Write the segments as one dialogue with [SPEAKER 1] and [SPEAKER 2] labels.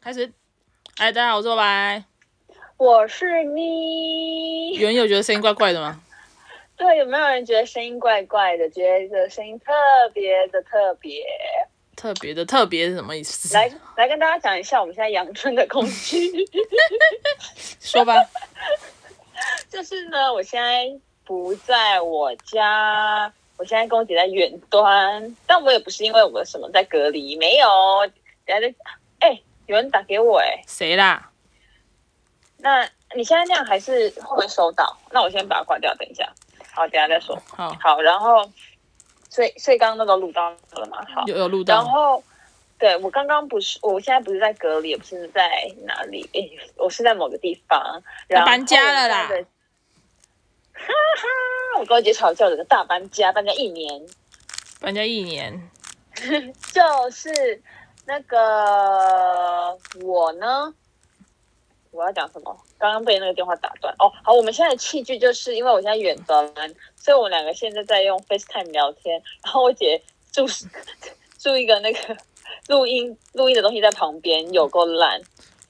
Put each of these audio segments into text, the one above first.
[SPEAKER 1] 开始。哎，大家好，我是拜拜。
[SPEAKER 2] 我是你。
[SPEAKER 1] 有人有觉得声音怪怪的吗？
[SPEAKER 2] 对，有没有人觉得声音怪怪的？觉得声音特别的特别？
[SPEAKER 1] 特别的特别是什么意思？
[SPEAKER 2] 来来跟大家讲一下我们现在阳春的空气。
[SPEAKER 1] 说吧。
[SPEAKER 2] 就是呢，我现在不在我家，我现在跟我姐在远端，但我也不是因为我什么在隔离，没有。等一下再，哎、有人打给我、哎，
[SPEAKER 1] 谁啦？
[SPEAKER 2] 那你现在那样还是会不会收到？那我先把它挂掉，等一下。好，等一下再说。
[SPEAKER 1] 好，
[SPEAKER 2] 好，然后，所以所以刚刚那个录到了嘛？好，
[SPEAKER 1] 有有录
[SPEAKER 2] 然
[SPEAKER 1] 到。
[SPEAKER 2] 后，对我刚刚不是，我现在不是在隔离，也不是在哪里，诶我是在某个地方，然后
[SPEAKER 1] 啊搬家了啦
[SPEAKER 2] 我现在的。 哈哈，我跟我姐吵架，有个大搬家，搬家一年，
[SPEAKER 1] 搬家一年，
[SPEAKER 2] 就是那个我呢，我要讲什么？刚刚被那个电话打断。哦，好，我们现在的器具就是因为我现在远端，所以我们两个现在在用 FaceTime 聊天，然后我姐住 住一个那个录音录音的东西在旁边，有够烂。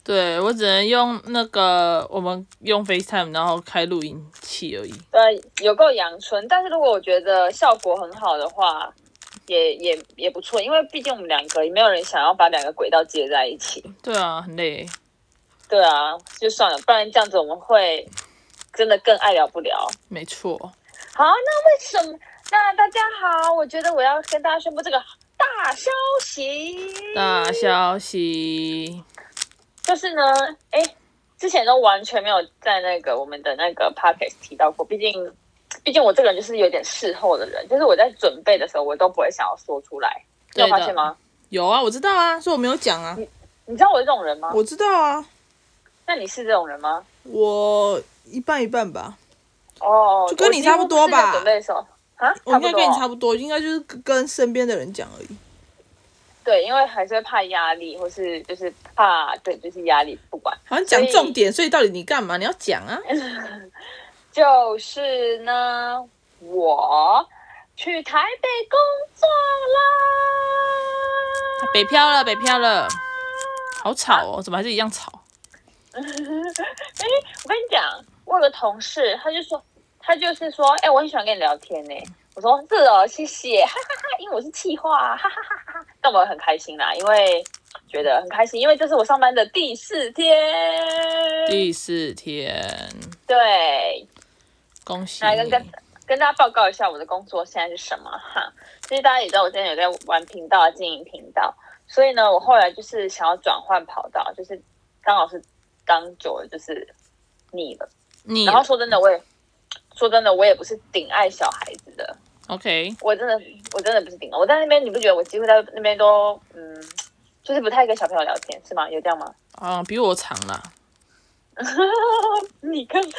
[SPEAKER 1] 对我只能用那个我们用 FaceTime，然后开录音器而已。
[SPEAKER 2] 对，有够阳春，但是如果我觉得效果很好的话，也也也不错，因为毕竟我们两个也没有人想要把两个轨道接在一起。
[SPEAKER 1] 对啊，很累。
[SPEAKER 2] 对啊，就算了，不然这样子我们会真的更爱聊不聊。
[SPEAKER 1] 没错，
[SPEAKER 2] 好，那为什么？那大家好，我觉得我要跟大家宣布这个大消息，
[SPEAKER 1] 大消息。
[SPEAKER 2] 就是呢，哎，之前都完全没有在那个我们的那个 p o c k e t 提到过，毕竟，毕竟我这个人就是有点事后的人，就是我在准备的时候，我都不会想要说出来，你有
[SPEAKER 1] 对
[SPEAKER 2] 发
[SPEAKER 1] 的
[SPEAKER 2] 现吗？
[SPEAKER 1] 有啊，我知道啊，所以我没有讲
[SPEAKER 2] 嗯
[SPEAKER 1] 啊。
[SPEAKER 2] 你知道我是这种人吗？
[SPEAKER 1] 我知道啊，
[SPEAKER 2] 那你是这种人吗？
[SPEAKER 1] 我一半一半吧。
[SPEAKER 2] 哦，
[SPEAKER 1] 就跟你
[SPEAKER 2] 我几乎
[SPEAKER 1] 差不多吧
[SPEAKER 2] 是在准备的时候啊，
[SPEAKER 1] 我应该跟你
[SPEAKER 2] 哦
[SPEAKER 1] 差不多，应该就是跟身边的人讲而已。
[SPEAKER 2] 对，因为还是会怕压力，或是就是怕对，就是压力不管。
[SPEAKER 1] 好像讲
[SPEAKER 2] 所以
[SPEAKER 1] 重点，所以到底你干嘛？你要讲啊。
[SPEAKER 2] 就是呢，我去台北工作啦。
[SPEAKER 1] 北漂了，北漂了，好吵哦，怎么还是一样吵？
[SPEAKER 2] 我跟你讲，我有个同事，他就说，他就是说，哎、我很喜欢跟你聊天呢、我说是哦，谢谢，哈哈哈，因为我是气话，哈哈哈哈哈。但我很开心啦，因为觉得很开心，因为这是我上班的第四天。
[SPEAKER 1] 第四天，
[SPEAKER 2] 对，
[SPEAKER 1] 恭喜
[SPEAKER 2] 来跟大
[SPEAKER 1] 你！
[SPEAKER 2] 跟大家报告一下我的工作现在是什么哈。其实大家也知道，我现在有在玩频道、啊经营频道，所以呢，我后来就是想要转换跑道，就是当老师当久了就是腻了。
[SPEAKER 1] 你
[SPEAKER 2] 然后说真的，我也说真的，我也不是顶爱小孩子的，
[SPEAKER 1] OK，
[SPEAKER 2] 我真的我真的不是顶爱。我在那边，你不觉得我几乎在那边都嗯，就是不太跟小朋友聊天是吗？有这样吗？
[SPEAKER 1] 啊、比我长啦，
[SPEAKER 2] 你跟你，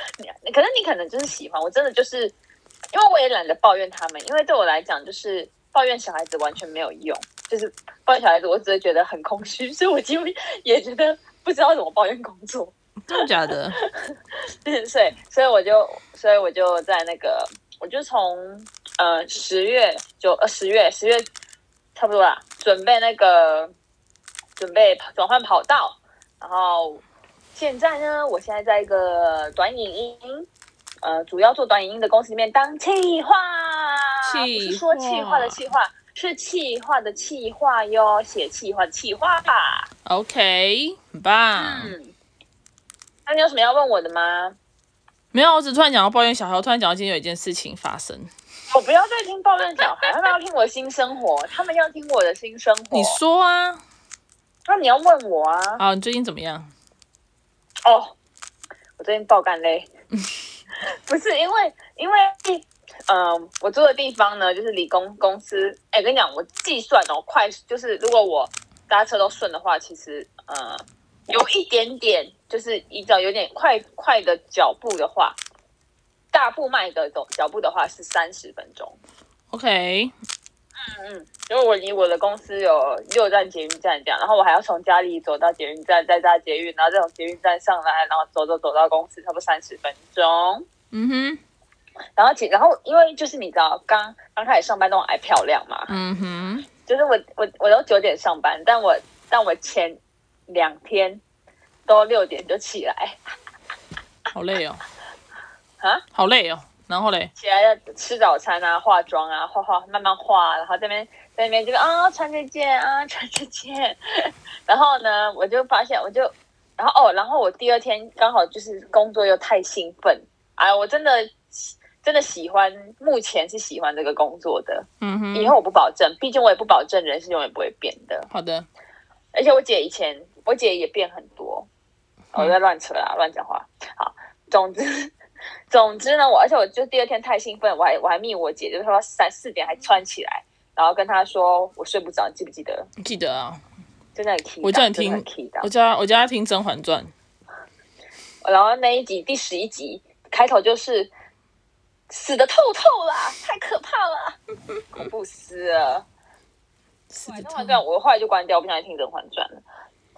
[SPEAKER 2] 可是你可能就是喜欢我，真的就是，因为我也懒得抱怨他们，因为对我来讲，就是抱怨小孩子完全没有用，就是抱怨小孩子，我只会觉得很空虚，所以我几乎也觉得不知道怎么抱怨工作，
[SPEAKER 1] 真的假 的？
[SPEAKER 2] 对所以所以我就所以我就在那个，我就从呃十月九呃十月十月差不多啦，准备那个准备转换跑道，然后现在呢，我现在在一个短影音，呃，主要做短影音的公司里面当企划，
[SPEAKER 1] 企
[SPEAKER 2] 不是说企划的企划，是企划的企划哟，写企划的企划。
[SPEAKER 1] OK，很棒。
[SPEAKER 2] 嗯，那你有什么要问我的吗？
[SPEAKER 1] 没有，我只突然讲到抱怨小孩，我突然讲到今天有一件事情发生。
[SPEAKER 2] 我不要再听抱怨小孩，他们要听我的新生活，他们要听我的新生活。
[SPEAKER 1] 你说啊，
[SPEAKER 2] 那你要问我啊？
[SPEAKER 1] 啊，你最近怎么样？啊
[SPEAKER 2] 哦，我最近爆肝嘞， 不是因为因为嗯、呃我住的地方呢，就是理工公司。哎、跟你讲，我计算哦，快就是如果我搭车都顺的话，其实呃有一点点，就是依照有点快快的脚步的话，大步迈的走脚步的话是三十分钟。
[SPEAKER 1] OK，
[SPEAKER 2] 嗯，因为我离我的公司有六站捷运站这样，然后我还要从家里走到捷运站，再搭捷运，然后再从捷运站上来，然后走走走到公司，差不多三十分钟。
[SPEAKER 1] 嗯哼，
[SPEAKER 2] 然后其然后因为就是你知道，刚刚开始上班都很爱漂亮嘛，
[SPEAKER 1] 嗯哼，
[SPEAKER 2] 就是我我我都九点上班，但我但我前两天都六点就起来，
[SPEAKER 1] 好累哦，
[SPEAKER 2] 啊，
[SPEAKER 1] 好累哦。然后嘞，
[SPEAKER 2] 起来要吃早餐啊，化妆啊，画画慢慢画，然后这边在那边这个啊穿这件啊穿这件，然后呢我就发现我就，然后哦，然后我第二天刚好就是工作又太兴奋，哎，我真的真的喜欢，目前是喜欢这个工作的，
[SPEAKER 1] 嗯
[SPEAKER 2] 以
[SPEAKER 1] 哼，
[SPEAKER 2] 后我不保证，毕竟我也不保证人是永远不会变的，
[SPEAKER 1] 好的，
[SPEAKER 2] 而且我姐以前，我姐也变很多，哦
[SPEAKER 1] 嗯
[SPEAKER 2] 我在乱扯啊啦，乱讲话。好，总之， 总之呢，我而且我就第二天太兴奋，我还我还密我姐，就是说三四点还穿起来，然后跟她说我睡不着，你记不记得？
[SPEAKER 1] 记得啊，
[SPEAKER 2] 真的很 key，
[SPEAKER 1] 我叫你
[SPEAKER 2] 真的很
[SPEAKER 1] 听
[SPEAKER 2] key 到
[SPEAKER 1] 我。叫他我叫他听《甄嬛传》，
[SPEAKER 2] 然后那一集第十一集开头就是死的透透啦，太可怕了， 恐怖死了。
[SPEAKER 1] 是
[SPEAKER 2] 《
[SPEAKER 1] 的
[SPEAKER 2] 甄，嬛传》我后来就关掉，我不想听《甄嬛传》了。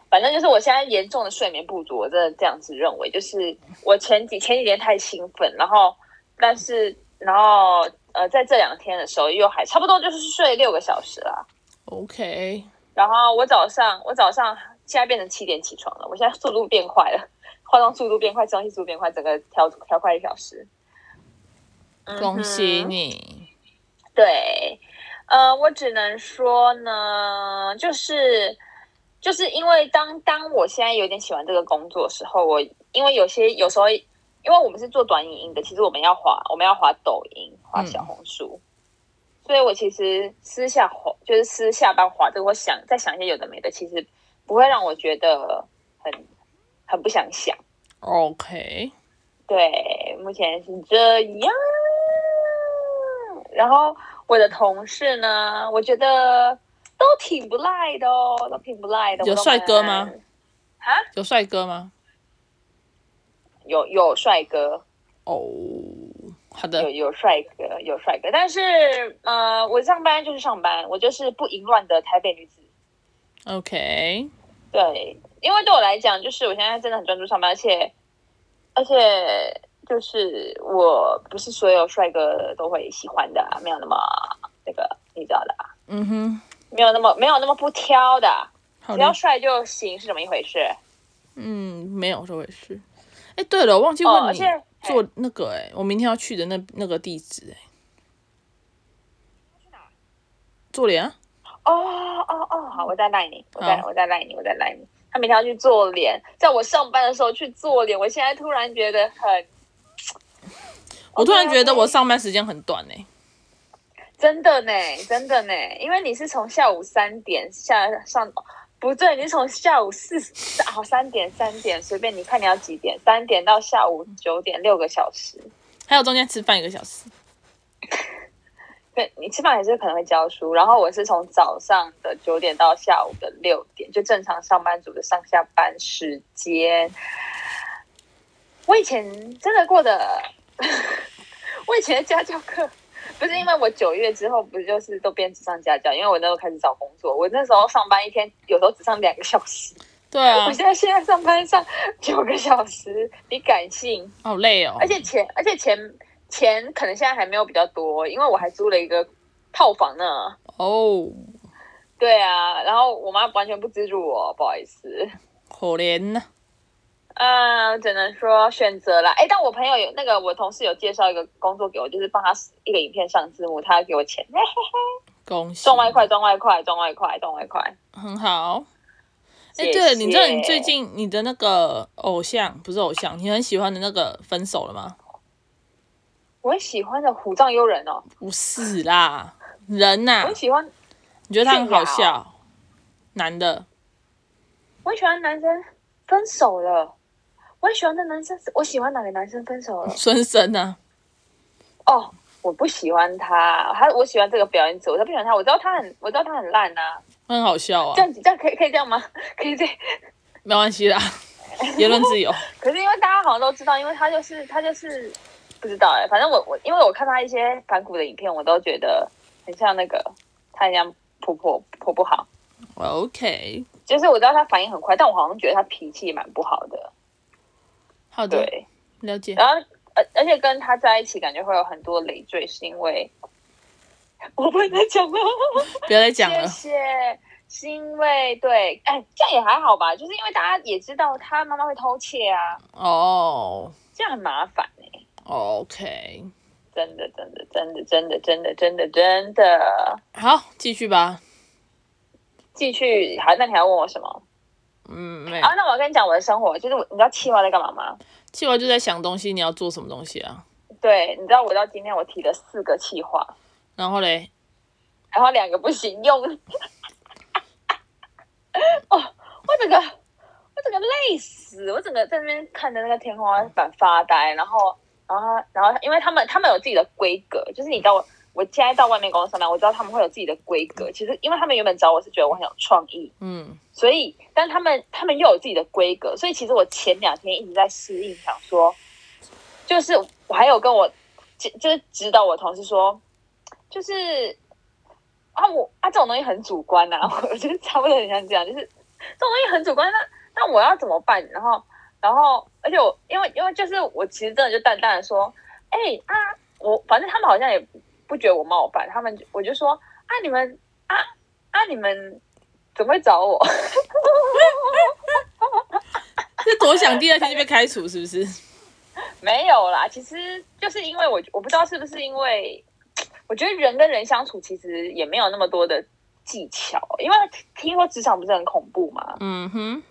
[SPEAKER 2] 反正就是我现在严重的睡眠不足，我真的这样子认为。就是我前几前几天太兴奋，然后但是然后呃，在这两天的时候又还差不多就是睡六个小时啦。
[SPEAKER 1] OK，
[SPEAKER 2] 然后我早上我早上现在变成七点起床了，我现在速度变快了，化妆速度变快，吃东西速度变快，整个调调快一小时。嗯哼
[SPEAKER 1] 恭喜你，
[SPEAKER 2] 对，呃，我只能说呢，就是就是因为当当我现在有点喜欢这个工作的时候，我因为有些有时候，因为我们是做短影音的，其实我们要滑我们要滑抖音、滑小红书，所以我其实私下滑就是私下班滑这个，我想再想一些有的没的，其实不会让我觉得很很不想想。
[SPEAKER 1] OK，
[SPEAKER 2] 对，目前是这样。然后我的同事呢，我觉得都挺不赖的哦，都挺不赖的。
[SPEAKER 1] 有
[SPEAKER 2] 我都
[SPEAKER 1] 帅哥吗
[SPEAKER 2] 蛮？啊，
[SPEAKER 1] 有帅哥吗？
[SPEAKER 2] 有有帅哥，
[SPEAKER 1] 哦，好
[SPEAKER 2] 有
[SPEAKER 1] 的，
[SPEAKER 2] 有帅哥，有帅哥。但是呃，我上班就是上班，我就是不淫乱的台北女子。
[SPEAKER 1] OK，
[SPEAKER 2] 对，因为对我来讲，就是我现在真的很专注上班，而且而且就是我不是所有帅哥都会喜欢的啊，没有那么那个你知道的啊，
[SPEAKER 1] 嗯哼，
[SPEAKER 2] 没有那么没有那么不挑的啊，
[SPEAKER 1] 好
[SPEAKER 2] 只要
[SPEAKER 1] 的，
[SPEAKER 2] 帅就行是怎么一回事？
[SPEAKER 1] 嗯，没有这回事。哎，对了，我忘记
[SPEAKER 2] 哦，
[SPEAKER 1] 问
[SPEAKER 2] 而
[SPEAKER 1] 你
[SPEAKER 2] 且哎
[SPEAKER 1] 做那个哎，我明天要去的那那个地址哎，做脸啊？
[SPEAKER 2] 哦哦哦，好，我再赖你，我再
[SPEAKER 1] 嗯好
[SPEAKER 2] 我再赖你，我再赖你。他明天要去做脸，在我上班的时候去做脸，我现在突然觉得很，哦
[SPEAKER 1] 我突然觉得
[SPEAKER 2] OK，OK
[SPEAKER 1] 我上班时间很短哎。
[SPEAKER 2] 真的呢，真的呢，因为你是从下午三点下上，不对，你是从下午四好三点三点随便你看你要几点，三点到下午九点六个小时。
[SPEAKER 1] 还有中间吃饭一个小时。
[SPEAKER 2] 对，你吃饭也是可能会教书，然后我是从早上的九点到下午的六点，就正常上班族的上下班时间。我以前真的过得， 我以前的家教课不是因为我九月之后不就是都变只上家教，因为我那时候开始找工作，我那时候上班一天有时候只上两个小时，
[SPEAKER 1] 对啊
[SPEAKER 2] 我，现在现在上班上九个小时，你敢信？
[SPEAKER 1] 好累哦
[SPEAKER 2] 而。且钱，而且钱钱可能现在还没有比较多，因为我还租了一个套房呢。
[SPEAKER 1] 哦，
[SPEAKER 2] 对啊，然后我妈完全不资助我，不好意思。
[SPEAKER 1] 可怜呐、
[SPEAKER 2] 嗯，只能说选择啦。哎，但我朋友有那个，我同事有介绍一个工作给我，就是帮他一个影片上字幕，他要给我钱，哎
[SPEAKER 1] 恭喜
[SPEAKER 2] 赚，外快，赚外快，赚外快，赚外快。
[SPEAKER 1] 很好。哎、
[SPEAKER 2] 谢
[SPEAKER 1] 对了，你知道你
[SPEAKER 2] 谢
[SPEAKER 1] 最近你的那个偶像不是偶像，你很喜欢的那个分手了吗？
[SPEAKER 2] 我很喜欢的虎杖悠人哦，
[SPEAKER 1] 不是啦，人呐、
[SPEAKER 2] 我很啊喜欢，
[SPEAKER 1] 你觉得他很好
[SPEAKER 2] 泫雅
[SPEAKER 1] 笑？男的，
[SPEAKER 2] 我很喜欢男生分手了，我很喜欢的男生，我喜欢哪个男生分手了？
[SPEAKER 1] 孙生啊呐、
[SPEAKER 2] 哦，我不喜欢他，他我喜欢这个表演者，我才不喜欢他。我知道他很，我知道他很烂呐、
[SPEAKER 1] 很好笑
[SPEAKER 2] 这
[SPEAKER 1] 啊，
[SPEAKER 2] 样子，这样可以可以这样吗？ 可以这样，
[SPEAKER 1] 没关系 啦，言论自由。
[SPEAKER 2] 可是因为大家好像都知道，因为他就是他就是不知道哎、反正我我因为我看他一些反骨的影片，我都觉得很像那个他一样婆婆婆不好，
[SPEAKER 1] OK，
[SPEAKER 2] 就是我知道他反应很快，但我好像觉得他脾气也蛮不好的，
[SPEAKER 1] 好的，
[SPEAKER 2] 对。
[SPEAKER 1] 了解。
[SPEAKER 2] 然后，而而且跟他在一起，感觉会有很多累赘，是因为 我不能再讲了。
[SPEAKER 1] 不要再讲了，
[SPEAKER 2] 谢谢是因为对，哎，这样也还好吧，就是因为大家也知道他妈妈会偷窃啊，
[SPEAKER 1] 哦、
[SPEAKER 2] 这样很麻烦哎、
[SPEAKER 1] o k
[SPEAKER 2] 真的，真的，真的，真的，真的，真的，真的，
[SPEAKER 1] 好，继续吧。
[SPEAKER 2] 继续。好，那你还要问我什么？
[SPEAKER 1] 嗯，没有
[SPEAKER 2] 啊，，那我跟你讲我的生活，就是我，你知道气划在干嘛吗？
[SPEAKER 1] 气完就在想东西，你要做什么东西啊？
[SPEAKER 2] 对，你知道我到今天我提了四个气划，
[SPEAKER 1] 然后嘞，
[SPEAKER 2] 然后两个不行用。 哦，我整个我整个累死，我整个在那边看着那个天花板发呆，然后然后然后因为他们他们有自己的规格，就是你知道我。我现在到外面公司上班，我知道他们会有自己的规格。其实，因为他们原本找我是觉得我很有创意，
[SPEAKER 1] 嗯，
[SPEAKER 2] 所以，但他们他们又有自己的规格，所以其实我前两天一直在适应，想说，就是我还有跟我就就是指导我同事说，就是啊我啊这种东西很主观呐、 我觉得差不多很像这样，就是这种东西很主观，那那我要怎么办？然后然后而且我因为因为就是我其实真的就淡淡的说，哎、啊我反正他们好像也不觉得我冒犯，他们就我就说啊你们啊啊你们怎么会找我？
[SPEAKER 1] 这多想第二天就被开除是不是？
[SPEAKER 2] 没有啦，其实就是因为我我不知道是不是因为，我觉得人跟人相处其实也没有那么多的技巧，因为听说职场不是很恐怖嘛，
[SPEAKER 1] 嗯哼，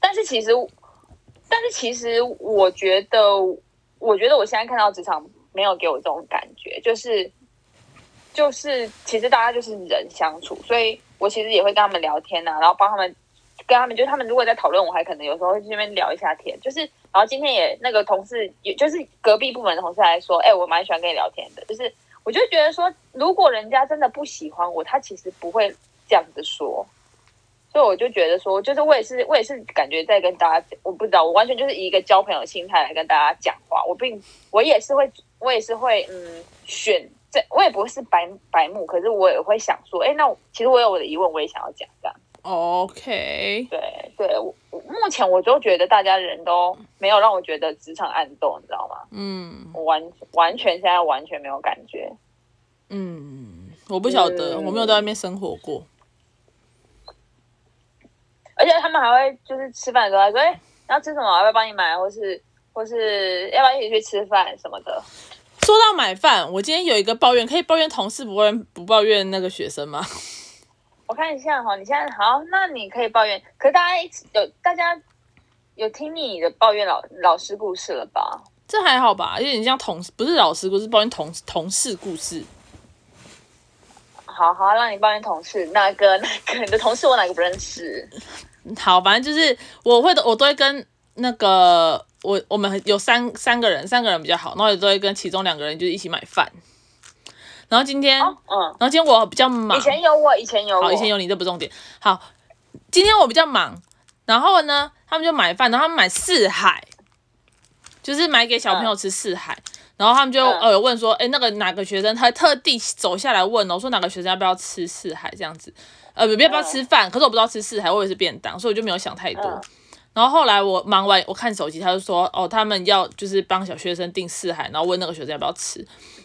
[SPEAKER 2] 但是其实，但是其实我觉得，我觉得我现在看到职场没有给我这种感觉，就是就是其实大家就是人相处，所以我其实也会跟他们聊天啊呐、然后帮他们。跟他们就是他们如果在讨论，我还可能有时候会去那边聊一下天，就是然后今天也那个同事，也就是隔壁部门的同事来说，哎、我蛮喜欢跟你聊天的，就是我就觉得说，如果人家真的不喜欢我，他其实不会这样子说，所以我就觉得说，就是我也是我也是感觉在跟大家，我不知道，我完全就是以一个交朋友的心态来跟大家讲话，我并我也是会我也是会嗯选。这我也不是白白目，可是我也会想说，哎，那我其实我有我的疑问，我也想要讲这样。
[SPEAKER 1] ，OK，
[SPEAKER 2] 对对，我我目前我就觉得大家人都没有让我觉得职场暗斗，你知道吗？
[SPEAKER 1] 嗯
[SPEAKER 2] 我完完全现在完全没有感觉。
[SPEAKER 1] 嗯，我不晓得，
[SPEAKER 2] 嗯
[SPEAKER 1] 我没有在外面生活过。
[SPEAKER 2] 而且他们还会就是吃饭的时候还说，哎、你要吃什么？要不要帮你买？或是或是要不要一起去吃饭什么的？
[SPEAKER 1] 说到买饭，我今天有一个抱怨，可以抱怨同事，不抱怨不抱怨那个学生吗？
[SPEAKER 2] 我看一下哈，你现在好，那你可以抱怨，可是大家有大家有听你的抱怨老老师故事了吧？
[SPEAKER 1] 这还好吧，有点像同不是老师故事，抱怨同同事故事。
[SPEAKER 2] 好好，让你抱怨同事，那个那个你的同事我哪个不认识？
[SPEAKER 1] 好，反正就是我会的，我都会跟那个我我们有三三个人，三个人比较好，然后也都会跟其中两个人就是一起买饭。然后今天，
[SPEAKER 2] 哦，嗯，
[SPEAKER 1] 然后今天我比较忙，
[SPEAKER 2] 以前有我，以前有我，
[SPEAKER 1] 好，以前有你这不重点。好，今天我比较忙，然后呢，他们就买饭，然后他们买四海，就是买给小朋友吃四海。然后他们就
[SPEAKER 2] 嗯
[SPEAKER 1] 呃问说，哎、那个哪个学生，他特地走下来问哦，说哪个学生要不要吃四海这样子，呃，不要不要吃饭，可是我不知道吃四海，我以为是便当，所以我就没有想太多。
[SPEAKER 2] 嗯
[SPEAKER 1] 然后后来我忙完，我看手机，他就说，哦，他们要就是帮小学生订四海，然后问那个学生要不要吃。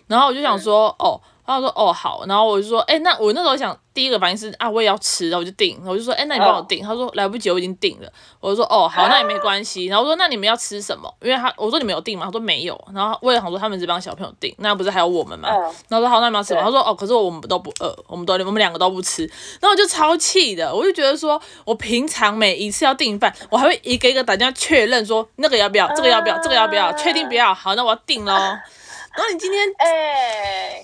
[SPEAKER 1] 然后我就
[SPEAKER 2] 嗯
[SPEAKER 1] 想说，哦，然后他说，哦，好。然后我就说，哎、那我那时候想，第一个反应是啊，我也要吃，然后我就订。我就说，哎、那你帮我
[SPEAKER 2] 嗯
[SPEAKER 1] 订。他说来不及，我已经订了。我就说，哦，好，那也没关系。然后我说，那你们要吃什么？因为他我说你们有订吗？他说没有。然后我也想说他们只帮小朋友订，那不是还有我们吗？
[SPEAKER 2] 嗯
[SPEAKER 1] 然后我说好，那你们要吃吗？
[SPEAKER 2] 对
[SPEAKER 1] 他说哦，可是我们都不饿，我们都我们两个都不吃。然后我就超气的，我就觉得说我平常每一次要订饭，我还会一个一个打电话确认说那个要不要，这个要不要，这个要不要，确定不要，好，那我要订喽。然后你今天
[SPEAKER 2] 哎、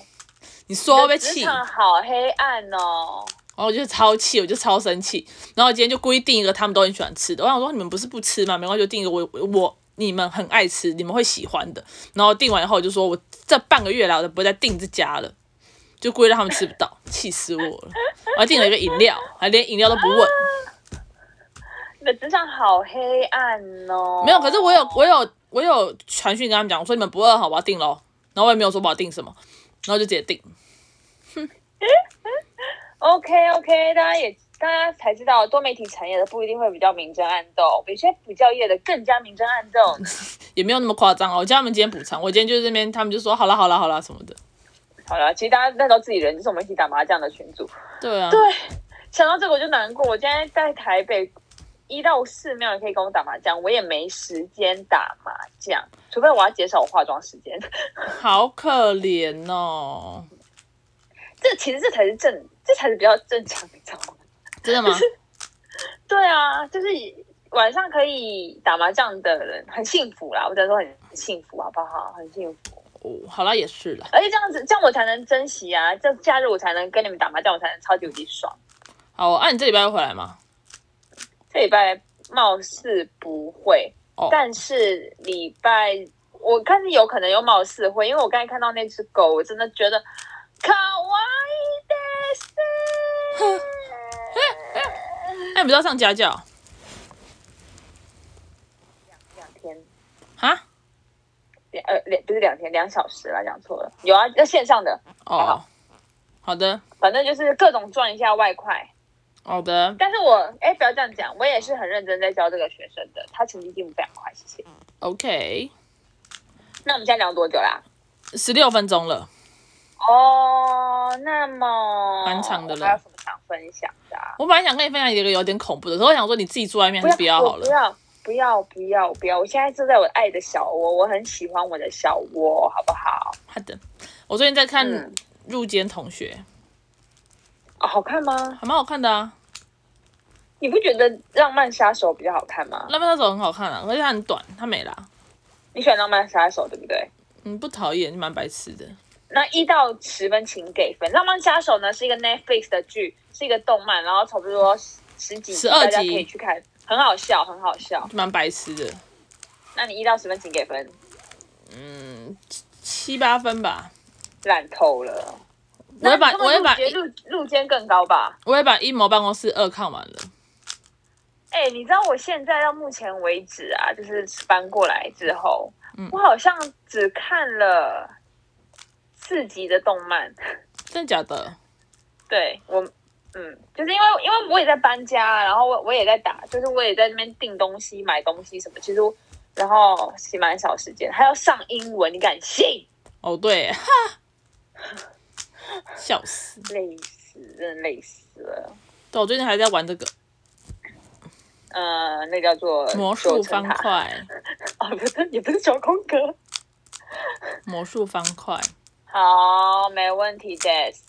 [SPEAKER 1] 你说被
[SPEAKER 2] 你的职
[SPEAKER 1] 气，
[SPEAKER 2] 场好黑暗哦。
[SPEAKER 1] 然后我就超气，我就超生气。然后我今天就故意订一个他们都很喜欢吃的。我想说你们不是不吃吗？没关系，就订一个我我我你们很爱吃，你们会喜欢的。然后订完以后我就说我这半个月来我都不会再订这家了，就故意让他们吃不到， 气死我了。我还订了一个饮料，还连饮料都不问。
[SPEAKER 2] 你的职场好黑暗哦。
[SPEAKER 1] 没有，可是我有我有我有传讯跟他们讲，我说你们不饿好，我要订喽。然后我也没有说我要订什么，然后就直接订。
[SPEAKER 2] OK OK，大家也大家才知道，多媒体产业的不一定会比较明争暗斗，有些比较业的更加明争暗斗。
[SPEAKER 1] 也没有那么夸张哦，我叫他们今天补偿，我今天就这边，他们就说好啦好啦好啦什么的。
[SPEAKER 2] 好了，其实大家那时候自己人，就是我们一起打麻将的群组。
[SPEAKER 1] 对啊，
[SPEAKER 2] 对，想到这个我就难过。我现在在台北一到四没有人可以跟我打麻将，我也没时间打麻将，除非我要减少我化妆时间。
[SPEAKER 1] 好可怜哦，
[SPEAKER 2] 这其实这才是正，这才是比较正常，你知道吗？
[SPEAKER 1] 真的吗？
[SPEAKER 2] 对啊，就是晚上可以打麻将的人很幸福啦，我只能说很幸福，好不好？很幸福。
[SPEAKER 1] 哦，好啦，也是啦。
[SPEAKER 2] 而且这样子，这样我才能珍惜啊！这假日我才能跟你们打麻将，我才能超级无敌爽。
[SPEAKER 1] 好哦，那、你这礼拜会回来吗？
[SPEAKER 2] 这礼拜貌似不会，
[SPEAKER 1] 哦，
[SPEAKER 2] 但是礼拜我看是有可能有貌似会，因为我刚才看到那只狗，我真的觉得可爱的是
[SPEAKER 1] 那、你不是要上家教
[SPEAKER 2] 两两天。
[SPEAKER 1] 啊？
[SPEAKER 2] 两呃两不是两天两小时啦，讲错了。有啊，在线上的，
[SPEAKER 1] 哦，好的，
[SPEAKER 2] 反正就是各种赚一下外快。
[SPEAKER 1] 好的。
[SPEAKER 2] 但是我哎，不要这样讲，我也是很认真在教这个学生的，他成绩进步非常快，谢谢。
[SPEAKER 1] OK，
[SPEAKER 2] 那我们现在聊多久啦？
[SPEAKER 1] 十六分钟了。
[SPEAKER 2] 哦，那么
[SPEAKER 1] 蛮长的了
[SPEAKER 2] 还有什么想分享的、啊？
[SPEAKER 1] 我本来想跟你分享一个有点恐怖的，可是我想说你自己住外面还是不要好
[SPEAKER 2] 我不
[SPEAKER 1] 了。
[SPEAKER 2] 要，不要，不要，不要！我现在住在我爱的小窝，我很喜欢我的小窝，好不好？
[SPEAKER 1] 好的，我最近在看
[SPEAKER 2] 嗯
[SPEAKER 1] 《入间同学
[SPEAKER 2] 哦好看》，吗？
[SPEAKER 1] 还蛮好看的啊。
[SPEAKER 2] 你不觉得《浪漫杀手》比较好看吗？
[SPEAKER 1] 浪漫那首很好看啊，而且它很短，它没啦。
[SPEAKER 2] 你喜欢《浪漫杀手》对不对？
[SPEAKER 1] 嗯，不讨厌，蛮白痴的。
[SPEAKER 2] 那一到十分请给分。《浪漫杀手呢》是一个 Netflix 的剧，是一个动漫，然后差不多十十几集，
[SPEAKER 1] 12
[SPEAKER 2] 大家可
[SPEAKER 1] 集
[SPEAKER 2] 以去看，很好笑，很好笑。
[SPEAKER 1] 蛮白痴的，
[SPEAKER 2] 那你一到十分请给分，
[SPEAKER 1] 嗯七八分吧。
[SPEAKER 2] 烂透了。
[SPEAKER 1] 我也把
[SPEAKER 2] 那他们
[SPEAKER 1] 我也把
[SPEAKER 2] 入监入入监更高吧。
[SPEAKER 1] 我也把《阴谋办公室二》看完了，
[SPEAKER 2] 哎、你知道我现在到目前为止啊，就是搬过来之后，
[SPEAKER 1] 嗯
[SPEAKER 2] 我好像只看了四集的动漫。
[SPEAKER 1] 真的假的？
[SPEAKER 2] 对我，嗯，就是因为因为我也在搬家，啊然后我我也在打，就是我也在那边订东西、买东西什么，其实我然后其实蛮少时间，还要上英文，你敢信？
[SPEAKER 1] 哦，对，哈， 笑死。
[SPEAKER 2] 累死，真的累死了。
[SPEAKER 1] 对，我最近还在玩这个
[SPEAKER 2] 呃，那叫做
[SPEAKER 1] 魔术方
[SPEAKER 2] 九层塔
[SPEAKER 1] 块，
[SPEAKER 2] 哦，不是，也不是九空格。
[SPEAKER 1] 魔术方块。
[SPEAKER 2] 好，没问题的是。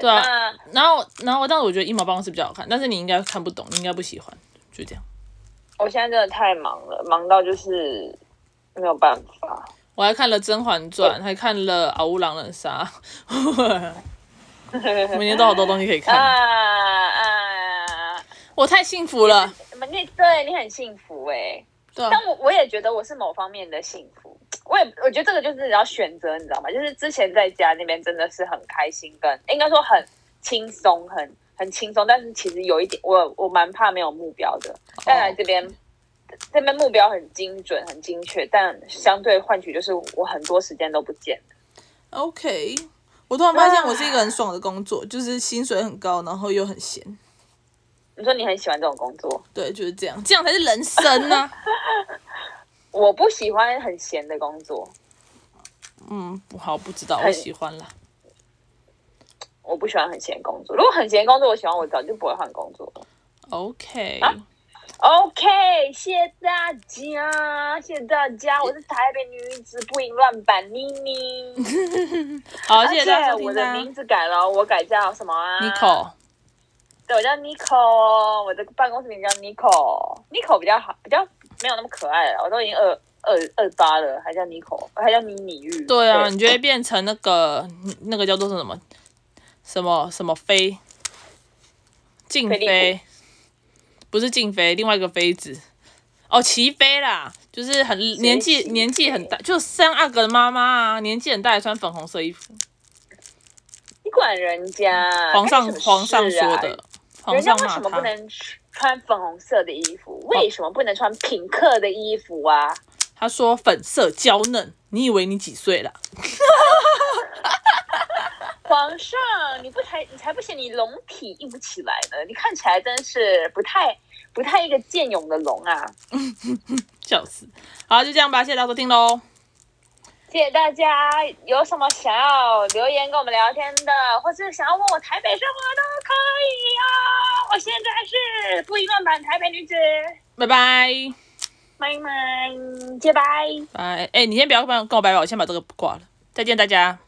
[SPEAKER 1] 对啊
[SPEAKER 2] 那
[SPEAKER 1] 然后，然后，但是我觉得《阴谋办公室》比较好看，但是你应该看不懂，你应该不喜欢，就这样。
[SPEAKER 2] 我现在真的太忙了，忙到就是没有办法。
[SPEAKER 1] 我还看了《甄嬛传》，还看了《嗷呜狼人杀》，每年都好多东西可以
[SPEAKER 2] 啊
[SPEAKER 1] 看，
[SPEAKER 2] 啊！
[SPEAKER 1] 我太幸福了。
[SPEAKER 2] 你对你很幸福哎、
[SPEAKER 1] 对啊，
[SPEAKER 2] 但我我也觉得我是某方面的幸福。我也我觉得这个就是要选择，你知道吗？就是之前在家那边真的是很开心跟，应该说很轻松，很很轻松。但是其实有一点，我我蛮怕没有目标的。但来这边、这边目标很精准、很精确，但相对换取就是我很多时间都不见。
[SPEAKER 1] OK，我突然发现我是一个很爽的工作，就是薪水很高，然后又很闲。
[SPEAKER 2] 你说你很喜欢这种工作，
[SPEAKER 1] 对，就是这样，这样才是人生啊呢、
[SPEAKER 2] 我不喜欢很闲的工作，
[SPEAKER 1] 嗯，不好，不知道，
[SPEAKER 2] 很
[SPEAKER 1] 我喜欢啦。
[SPEAKER 2] 我不喜欢很闲的工作。如果很闲的工作，我喜欢我早就不会换工作了。
[SPEAKER 1] OK，、
[SPEAKER 2] 啊 OK，谢谢大家，谢谢大家，我是台北女子不淫乱版妮妮，
[SPEAKER 1] 好，
[SPEAKER 2] 而
[SPEAKER 1] 谢谢大家
[SPEAKER 2] 且
[SPEAKER 1] 收听
[SPEAKER 2] 我
[SPEAKER 1] 啊
[SPEAKER 2] 的
[SPEAKER 1] 啦。
[SPEAKER 2] 名字改了，我改叫什么啊
[SPEAKER 1] Nico，
[SPEAKER 2] 对，我叫 Nico，我的办公室名叫 Nico，Nico 比较好，比较没有那么可爱了，我都已经二二二八了，还叫 Nico，还叫迷你玉。
[SPEAKER 1] 对啊，你就会变成那个那个叫做什么什么什么妃，静
[SPEAKER 2] 菲利
[SPEAKER 1] 妃，不是静妃，另外一个妃子，哦，齐妃啦，就是很年纪
[SPEAKER 2] 齐
[SPEAKER 1] 年纪很
[SPEAKER 2] 妃
[SPEAKER 1] 大，就三阿哥的妈妈啊，年纪很大，还穿粉红色衣
[SPEAKER 2] 啊
[SPEAKER 1] 服，
[SPEAKER 2] 你管人家？
[SPEAKER 1] 皇上
[SPEAKER 2] 干什么事啊
[SPEAKER 1] 皇上说的，皇
[SPEAKER 2] 人家
[SPEAKER 1] 上
[SPEAKER 2] 为
[SPEAKER 1] 骂
[SPEAKER 2] 什么不
[SPEAKER 1] 他，哦
[SPEAKER 2] 能穿粉红色的衣服？为什么不能穿品客的衣服啊？
[SPEAKER 1] 他说粉色娇嫩，你以为你几岁啦？
[SPEAKER 2] 皇上，你不才你才不嫌你龙体硬不起来呢，你看起来真是不太不太一个健勇的龙啊！
[SPEAKER 1] 笑死！好，就这样吧，谢谢大家收听喽，
[SPEAKER 2] 谢谢大家，有什么想要留言跟我们聊天的，或是想要问我台北生活都可以哦。我现在是不一贯版台北女子，
[SPEAKER 1] 拜拜
[SPEAKER 2] 拜拜，拜拜。
[SPEAKER 1] 拜。哎、你先不要跟我跟我拜拜，我先把这个挂了。再见大家。